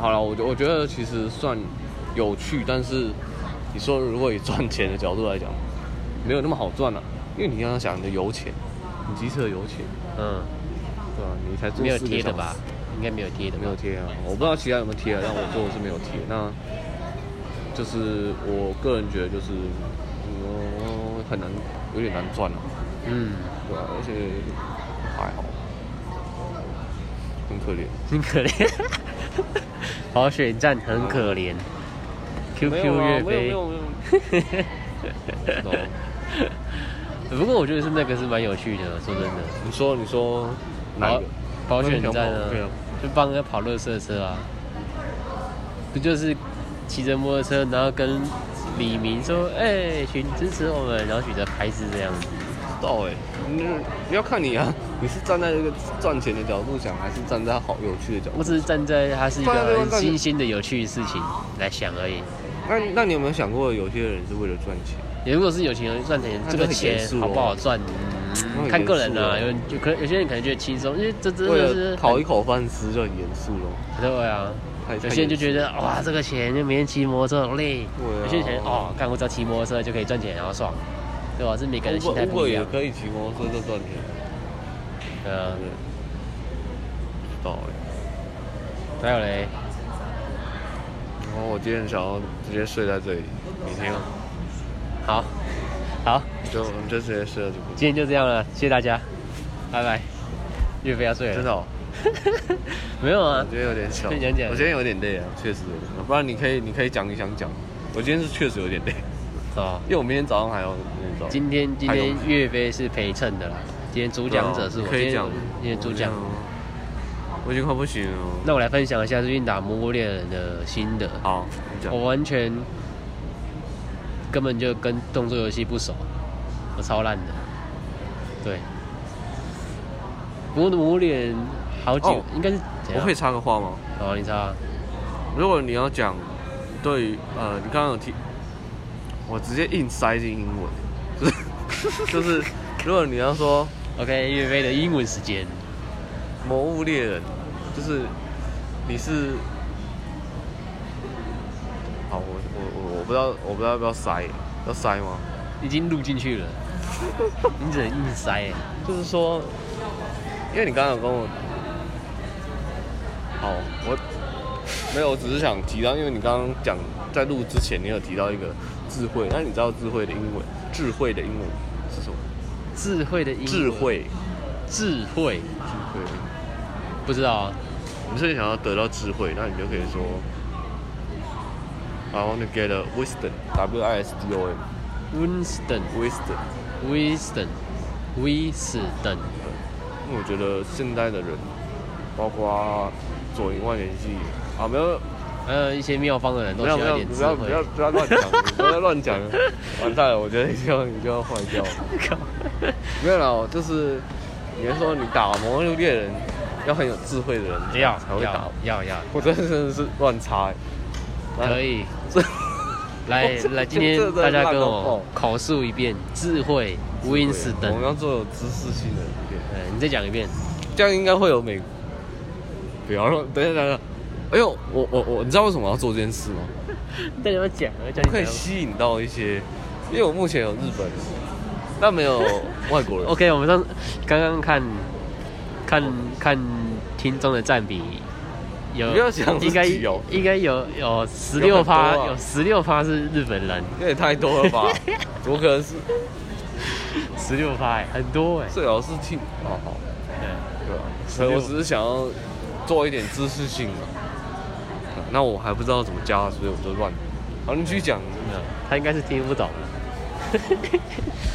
Speaker 1: 好了，我觉我觉得其实算有趣，但是你说如果以赚钱的角度来讲，没有那么好赚了、啊因为你刚刚想你的油钱，你机车的油钱，
Speaker 2: 嗯，
Speaker 1: 对吧、啊你才做
Speaker 2: 没有
Speaker 1: 四个
Speaker 2: 贴
Speaker 1: 小
Speaker 2: 的
Speaker 1: 时
Speaker 2: 吧？应该没有贴的吧，
Speaker 1: 没有贴啊，我不知道其他有没有贴啊，但我做的是没有贴。那就是我个人觉得就是，嗯，很难，有点难赚啊，
Speaker 2: 嗯，
Speaker 1: 对吧、啊而且还好，很可怜。
Speaker 2: 很可怜。好选战很可怜，QQ
Speaker 1: 啊没有
Speaker 2: 月
Speaker 1: 没
Speaker 2: 飞。
Speaker 1: 有没有，懂
Speaker 2: 不过我觉得是那个是蛮有趣的，说真的。
Speaker 1: 你说你说哪一个？
Speaker 2: 保保险站啊
Speaker 1: 对啊，
Speaker 2: 就帮人家跑乐色车啊，不就是骑着摩托车，然后跟李明说：“哎、请支持我们。”然后举着牌子这样子。
Speaker 1: 到哎、你你要看你啊， 你是站在这个赚钱的角度想，还是站在好有趣的角度？
Speaker 2: 我只是站在它是一个
Speaker 1: 对啊对啊
Speaker 2: 很
Speaker 1: 对啊
Speaker 2: 新鲜的、有趣的事情来想而已。
Speaker 1: 那那你有没有想过，有些人是为了赚钱？
Speaker 2: 如果是有钱人赚钱，
Speaker 1: 那就
Speaker 2: 这个
Speaker 1: 很
Speaker 2: 钱
Speaker 1: 严肃哦
Speaker 2: 好不好赚，
Speaker 1: 那
Speaker 2: 嗯，
Speaker 1: 很
Speaker 2: 看个人啊。
Speaker 1: 严
Speaker 2: 有
Speaker 1: 肃哦
Speaker 2: 人有可能有些人可能觉得轻松，因为这真
Speaker 1: 为
Speaker 2: 的是
Speaker 1: 了讨一口
Speaker 2: 口。
Speaker 1: 饭吃就很严肃咯。
Speaker 2: 对啊
Speaker 1: 太，
Speaker 2: 有些人就觉得哇，这个钱就每天骑摩托车好累。
Speaker 1: 对啊
Speaker 2: 有些人觉得哦，干我只要骑摩托车就可以赚钱，然后爽，对吧？这每个人心态
Speaker 1: Uber
Speaker 2: 不
Speaker 1: Uber
Speaker 2: 一样
Speaker 1: 也。可以骑摩托车就赚钱，
Speaker 2: 嗯，
Speaker 1: 知道哎。
Speaker 2: 还有嘞，
Speaker 1: 然后我今天想要直接睡在这里，明天
Speaker 2: 好，好，
Speaker 1: 就我们就直接睡在这里。
Speaker 2: 今天就这样了，谢谢大家，拜拜。岳飞要睡了，
Speaker 1: 真的、哦，
Speaker 2: 没有
Speaker 1: 我
Speaker 2: 啊？
Speaker 1: 今天有点小，
Speaker 2: 跟你讲讲
Speaker 1: 我今天有点累啊，确实有点累。不然你可以，你可以讲你想讲。我今天是确实有点累，
Speaker 2: 哦，
Speaker 1: 因为我明天早上还要那个。
Speaker 2: 今天今
Speaker 1: 太有
Speaker 2: 天岳飞是陪衬的啦，今天主讲者是我，
Speaker 1: 对啊可以讲
Speaker 2: 今天，今天主讲。
Speaker 1: 我已经快不行了。
Speaker 2: 那我来分享一下最近打《魔物猎人》的心得。
Speaker 1: 好，你讲
Speaker 2: 我。完全根本就跟动作游戏不熟，我超烂的。对，不过魔脸好几、
Speaker 1: 哦
Speaker 2: 应该是怎
Speaker 1: 我
Speaker 2: 样
Speaker 1: 可以？插个话吗？
Speaker 2: 哦，你知道，
Speaker 1: 如果你要讲对于呃，你刚刚有提，我直接硬塞进英文， 就是就是，如果你要说
Speaker 2: OK，岳飞的英文时间，
Speaker 1: 《魔物猎人》，就是你是，好，我我我我不知道我不知道要不要塞，要塞吗？
Speaker 2: 已经录 进去了，你只能硬塞耶。
Speaker 1: 就是说，因为你刚刚有跟我，好，我没有，我只是想提到，因为你刚刚讲在录之前，你有提到一个智慧，那你知道智慧的英文，智慧的英文是什么？
Speaker 2: 智慧的英文
Speaker 1: 智，慧，
Speaker 2: 智慧，
Speaker 1: 智慧。
Speaker 2: 不知道啊，
Speaker 1: 你说你想要得到智慧，那你就可以说，I want to get a wisdom, W I S D O M,
Speaker 2: Winston
Speaker 1: wisdom。
Speaker 2: Winston Winston，
Speaker 1: 因为我觉得现代的人，包括左营外联系啊，没有
Speaker 2: 呃，一些妙方的人
Speaker 1: 不
Speaker 2: 都需
Speaker 1: 要不
Speaker 2: 要
Speaker 1: 要
Speaker 2: 一点
Speaker 1: 不
Speaker 2: 智
Speaker 1: 要不要
Speaker 2: 慧。
Speaker 1: 不要乱讲，不要乱讲，完蛋了，我觉得你这样你就要坏掉了。
Speaker 2: 靠
Speaker 1: 没有啦，就是你是说你打《魔物猎人》要很有智慧的人
Speaker 2: 不要
Speaker 1: 才 会打，
Speaker 2: 要要要，
Speaker 1: 我真的真的是乱插、欸。
Speaker 2: 可以。
Speaker 1: 这
Speaker 2: 来
Speaker 1: 我这
Speaker 2: 来，今天
Speaker 1: 这这
Speaker 2: 大家
Speaker 1: 烂
Speaker 2: 跟
Speaker 1: 到
Speaker 2: 我口述一遍智
Speaker 1: 对
Speaker 2: 慧
Speaker 1: 啊我
Speaker 2: Winston，
Speaker 1: 们要做有知识性的人，
Speaker 2: 呃，你再讲一 遍，
Speaker 1: 这样应该会有美。不要乱，等一下等一下，哎呦，我我我，你知道为什么我要做这件事吗？
Speaker 2: 再怎么讲，我叫
Speaker 1: 可以吸引到一些，因为我目前有 日本人，但没有外国人。
Speaker 2: OK，我们上刚刚看看看听众的占比有，
Speaker 1: 不要讲自
Speaker 2: 应该
Speaker 1: 己有
Speaker 2: 应该有有十六
Speaker 1: 有
Speaker 2: 趴，
Speaker 1: 很多啊
Speaker 2: 有十六趴是日本人，
Speaker 1: 这也太多了 吧？怎么可能是？
Speaker 2: 十六趴哎，很多哎、
Speaker 1: 最好是听哦，好，
Speaker 2: 对，
Speaker 1: 对吧？所以我只是想要做一点知识性嘛。那我还不知道怎么加，所以我就乱。好，你继续讲，
Speaker 2: 嗯他应该是听不懂的。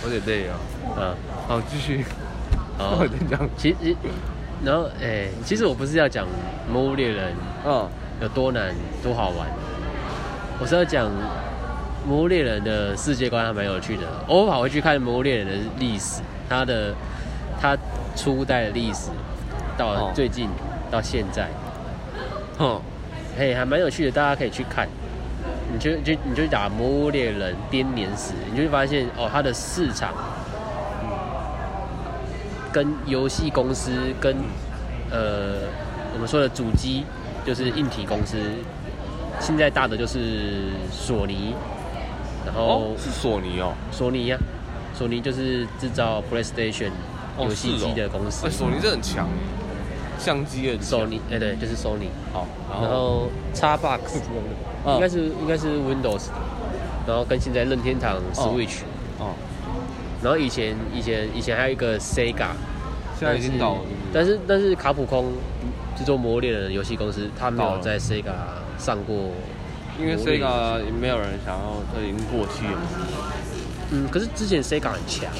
Speaker 1: 有点累啊。
Speaker 2: 嗯，
Speaker 1: 好，继续。
Speaker 2: 好
Speaker 1: 我先讲。
Speaker 2: 其实，然后哎、其实我不是要讲《魔物猎人》
Speaker 1: 嗯，
Speaker 2: 有多难多好玩，我是要讲《魔物猎人》的世界观还蛮有趣的。偶尔跑回去看《魔物猎人》的历史，它的它初代的历史到
Speaker 1: 哦
Speaker 2: 最近、到现在，
Speaker 1: 哼，
Speaker 2: 嘿，还蛮有趣的，大家可以去看。你就就你就打《魔物猎人》编年史，你就会发现哦，它的市场，嗯跟游戏公司跟呃我们说的主机就是硬体公司，现在大的就是索尼，然后
Speaker 1: 哦，是索尼哦。
Speaker 2: 索尼呀、啊索尼就是制造 PlayStation
Speaker 1: 哦
Speaker 2: 游戏机的公司
Speaker 1: 哎，，索尼这很强，欸相机也很强
Speaker 2: 索尼哎对，就是 Sony。
Speaker 1: 好，然
Speaker 2: 然
Speaker 1: 后
Speaker 2: 后 Xbox
Speaker 1: 嗯
Speaker 2: 应该是应该是 Windows，然后跟现在任天堂 Switch，、
Speaker 1: 哦，
Speaker 2: 然后以前以前以前还有一个 Sega，
Speaker 1: 现在已经倒了，
Speaker 2: 但是但是卡普空制作《魔猎人》的游戏公司，他没
Speaker 1: 倒
Speaker 2: 有
Speaker 1: 了
Speaker 2: 在 Sega 上过，
Speaker 1: 因为 Sega 也没有人想要，它已经过期了。
Speaker 2: 嗯，可是之前 Sega 很强。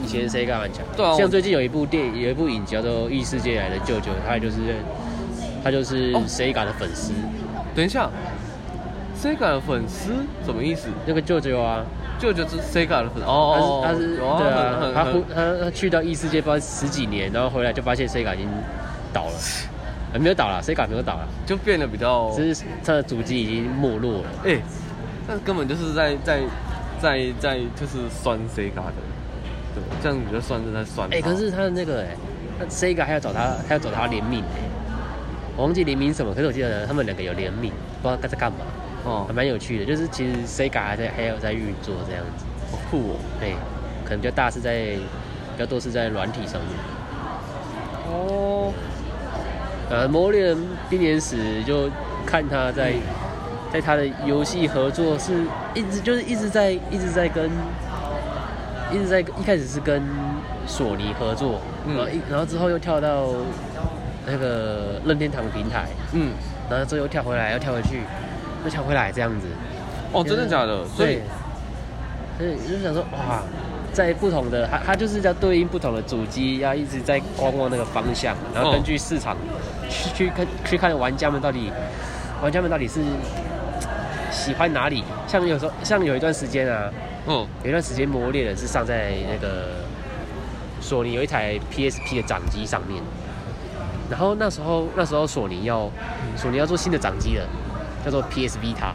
Speaker 2: 以前 Sega 很强，
Speaker 1: 对啊我
Speaker 2: 像最近有一部电影，有一部影集叫做《异世界来的舅舅》，他就是他就是
Speaker 1: 哦
Speaker 2: Sega 的粉丝，
Speaker 1: 等一下，Sega 的粉丝什么意思？
Speaker 2: 那个舅舅啊，
Speaker 1: 舅舅是 Sega 的粉丝哦，
Speaker 2: 他是
Speaker 1: 有啊
Speaker 2: 他是对啊
Speaker 1: 很，
Speaker 2: 他
Speaker 1: 很
Speaker 2: 忽
Speaker 1: 很
Speaker 2: 他他去到异世界不知道十几年，然后回来就发现 Sega 已经倒了，呃没有倒了，Sega 没有倒了，
Speaker 1: 就变得比较，
Speaker 2: 只是它的主机已经没落了。
Speaker 1: 哎，那根本就是在在在在就是酸 Sega 的，对，这样比较算是在酸他。
Speaker 2: 哎、可是他的那个哎、那 Sega 还要找他还要找他联名哎、我忘记联名什么，可是我记得他们两个有联名，不知道在干嘛，
Speaker 1: 哦
Speaker 2: 还，蛮有趣的。就是其实 Sega 还在还有在运作这样子，
Speaker 1: 好酷哦。
Speaker 2: 对，可能比较大是在比较多是在软体上面。
Speaker 1: 哦，
Speaker 2: 呃，《魔猎人编年史》就看他在、在他的游戏合作是一直就是一直在一直在跟一直在一开始是跟索尼合作，
Speaker 1: 嗯
Speaker 2: 然后一然后之后又跳到那个任天堂平台，
Speaker 1: 嗯，
Speaker 2: 然后之后又跳回来，又跳回去，又跳回来这样子。
Speaker 1: 哦，真的假的？所以
Speaker 2: 对，所以就想说哇，在不同的，它它就是要对应不同的主机，要一直在观望那个方向，然后
Speaker 1: 哦
Speaker 2: 根据市场、去去看去看玩家们到底玩家们到底是喜欢哪里。像有时候像有一段时间啊，
Speaker 1: 嗯，
Speaker 2: 有一段时间《魔猎人》是上在那个索尼有一台 PSP 的掌机上面，然后那时候那时候索尼要索尼要做新的掌机了，叫做 PS Vita。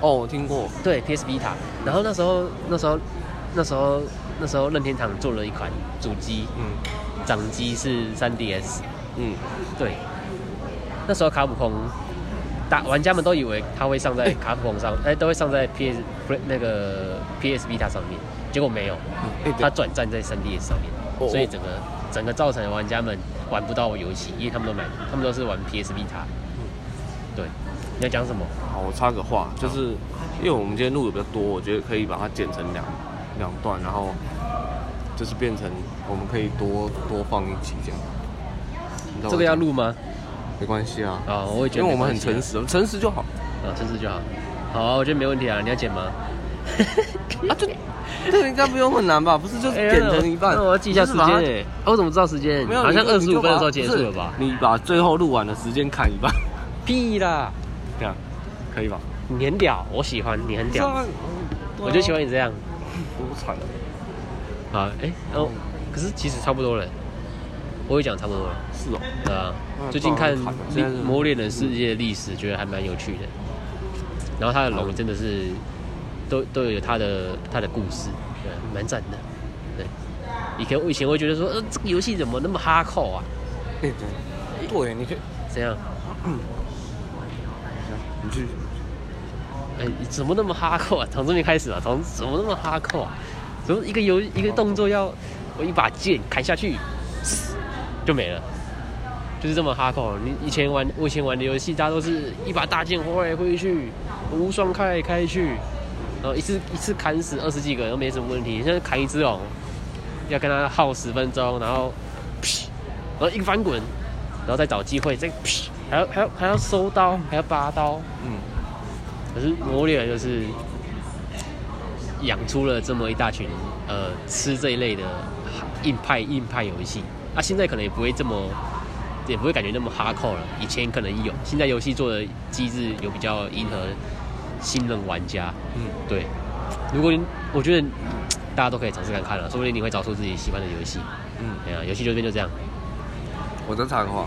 Speaker 1: 哦，我听过，
Speaker 2: 对 PS Vita，然后那时候那时候那时候那时候任天堂做了一款主机，
Speaker 1: 嗯
Speaker 2: 掌机是 3DS，
Speaker 1: 嗯，
Speaker 2: 对，那时候卡普空打玩家们都以为它会上在
Speaker 1: 哎
Speaker 2: 卡普空上，哎、都会上在 PS 不那个 PS Vita 上面，结果没有，
Speaker 1: 哎
Speaker 2: 它转战在 3DS 上面，
Speaker 1: 哦
Speaker 2: 所以整个整个造成玩家们玩不到游戏，因为他们都买，他们都是玩 PS Vita，对，
Speaker 1: 嗯
Speaker 2: 你要讲什么？
Speaker 1: 好，我插个话，就是因为我们今天录的比较多，我觉得可以把它剪成两两段，然后就是变成我们可以多多放一集这样。你知道我
Speaker 2: 这个要录吗？
Speaker 1: 没关系啊，
Speaker 2: 啊、我也觉
Speaker 1: 因
Speaker 2: 得
Speaker 1: 为我
Speaker 2: 没
Speaker 1: 们
Speaker 2: 关
Speaker 1: 很
Speaker 2: 系啊
Speaker 1: 诚实，诚实就好。
Speaker 2: 啊，真是就好。好啊，我觉得没问题啊。你要剪吗？
Speaker 1: 啊，就这个应该不用很难吧？不是，就是剪成一半。
Speaker 2: 哎那我要记一下时间
Speaker 1: 就是把它
Speaker 2: 诶。啊我怎么知道时间？
Speaker 1: 没有，
Speaker 2: 好像
Speaker 1: 你就
Speaker 2: 二十
Speaker 1: 你
Speaker 2: 五
Speaker 1: 就
Speaker 2: 分
Speaker 1: 把
Speaker 2: 的时
Speaker 1: 它
Speaker 2: 候结
Speaker 1: 不
Speaker 2: 束
Speaker 1: 是
Speaker 2: 了吧？
Speaker 1: 你把最后录完的时间砍一半，
Speaker 2: 屁啦！
Speaker 1: 这样可以吧？
Speaker 2: 你很屌，我喜欢你很
Speaker 1: 这
Speaker 2: 屌，
Speaker 1: 样啊
Speaker 2: 我就喜欢你这样。
Speaker 1: 多惨啊！
Speaker 2: 好，哎，哦，可是其实差不多了，我也讲差不多了，
Speaker 1: 是哦，
Speaker 2: 对啊
Speaker 1: 嗯。
Speaker 2: 最近看
Speaker 1: 不好意思现
Speaker 2: 历
Speaker 1: 在是
Speaker 2: 《魔猎人世界》的历史，觉得还蛮有趣的。然后他的
Speaker 1: 嗯
Speaker 2: 龙真的是都都有他的他的故事，对，蛮赞的。对，以前以前我会觉得说，呃，这个游戏怎么那么哈扣啊？
Speaker 1: 哎对对，你可以，
Speaker 2: 怎样？
Speaker 1: 你去。
Speaker 2: 哎、怎么那么哈扣啊？ 从这边开始啊，从怎么那么哈扣啊？怎么一个游一个动作要我一把剑砍下去，嘶就没了？就是这么哈口。你以前玩我以前玩的游戏，大家都是一把大剑挥来挥去，无双开来开去，然后一次一次砍死二十几个都没什么问题。现在砍一只龙，要跟他耗十分钟，然后，噗然后一个翻滚，然后再找机会，再噗还要还要还要收刀，还要拔刀。
Speaker 1: 嗯，
Speaker 2: 可是魔猎人就是养出了这么一大群呃吃这一类的呃硬派硬派游戏，啊，现在可能也不会这么，也不会感觉那么哈扣了。以前可能有，现在游戏做的机制有比较迎合新人玩家。
Speaker 1: 嗯，
Speaker 2: 对，如果你我觉得大家都可以尝试看看了，说不定你会找出自己喜欢的游 戏。
Speaker 1: 嗯，
Speaker 2: 哎呀、游戏就变就这样。
Speaker 1: 我在插个话，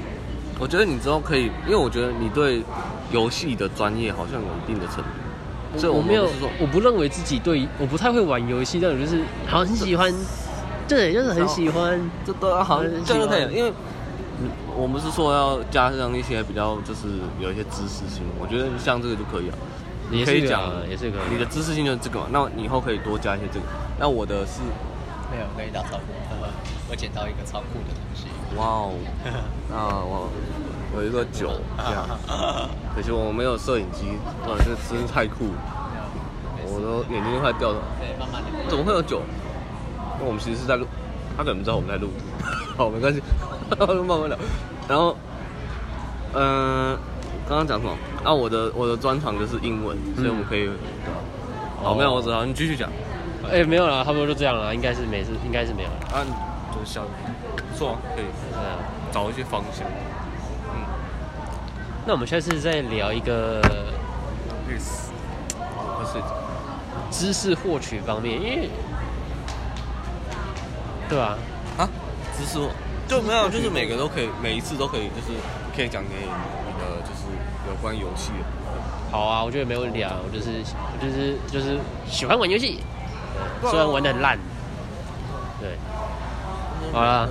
Speaker 1: 我觉得你之后可以，因为我觉得你对游戏的专业好像有一定的程度，所以
Speaker 2: 我
Speaker 1: 们
Speaker 2: 没有
Speaker 1: 不是说，
Speaker 2: 我不认为自己对，我不太会玩游戏，但我就是很喜欢，对，就是很喜欢。
Speaker 1: 这都要好像
Speaker 2: 嗯
Speaker 1: 这样就可以
Speaker 2: 喜
Speaker 1: 了，
Speaker 2: 欢
Speaker 1: 因为嗯我们是说要加上一些比较就是有一些知识性，我觉得像这个就可以了。
Speaker 2: 也
Speaker 1: 可
Speaker 2: 是
Speaker 1: 以
Speaker 2: 个
Speaker 1: 讲
Speaker 2: 也是个
Speaker 1: 你的知识性就是这个嘛，那你以后可以多加一些这个。那我的是，
Speaker 3: 没有，可以打招呼。我捡到一个超酷的东西。
Speaker 1: 哇哦，那我有一个酒 这样，可惜我没有摄影机，哇，这真是太酷了，我都眼睛都快掉了。
Speaker 3: 对，慢慢的。
Speaker 1: 怎么会有酒？因为我们其实是在录，他可能不知道我们在录。 好，没关系， 慢慢聊。然后，嗯、刚刚讲什么？啊，我的我的专长就是英文，所以我们可以。好，没有，我只好你继续讲。
Speaker 2: 哎、没有啦，差不多就这样啦，应该是没事，应该是没有了。
Speaker 1: 啊，你就是想不错啊，可以
Speaker 2: 是啊
Speaker 1: 找一些方向。
Speaker 2: 那我们下次再聊一个
Speaker 1: Yes，我睡着。
Speaker 2: 知识获取方面，因为对啊？
Speaker 1: 啊，只是我就没有，就是每个都可以，每一次都可以，就是可以讲给你的，就是有关游戏的。
Speaker 2: 好啊，我觉得没问题啊，我就是我就是就是喜欢玩游戏，虽然玩的很烂，对，好啦，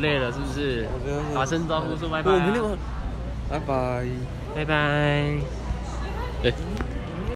Speaker 2: 累了是不是？打声招呼说拜拜、
Speaker 1: 我明天晚，拜拜。
Speaker 2: 拜拜。哎、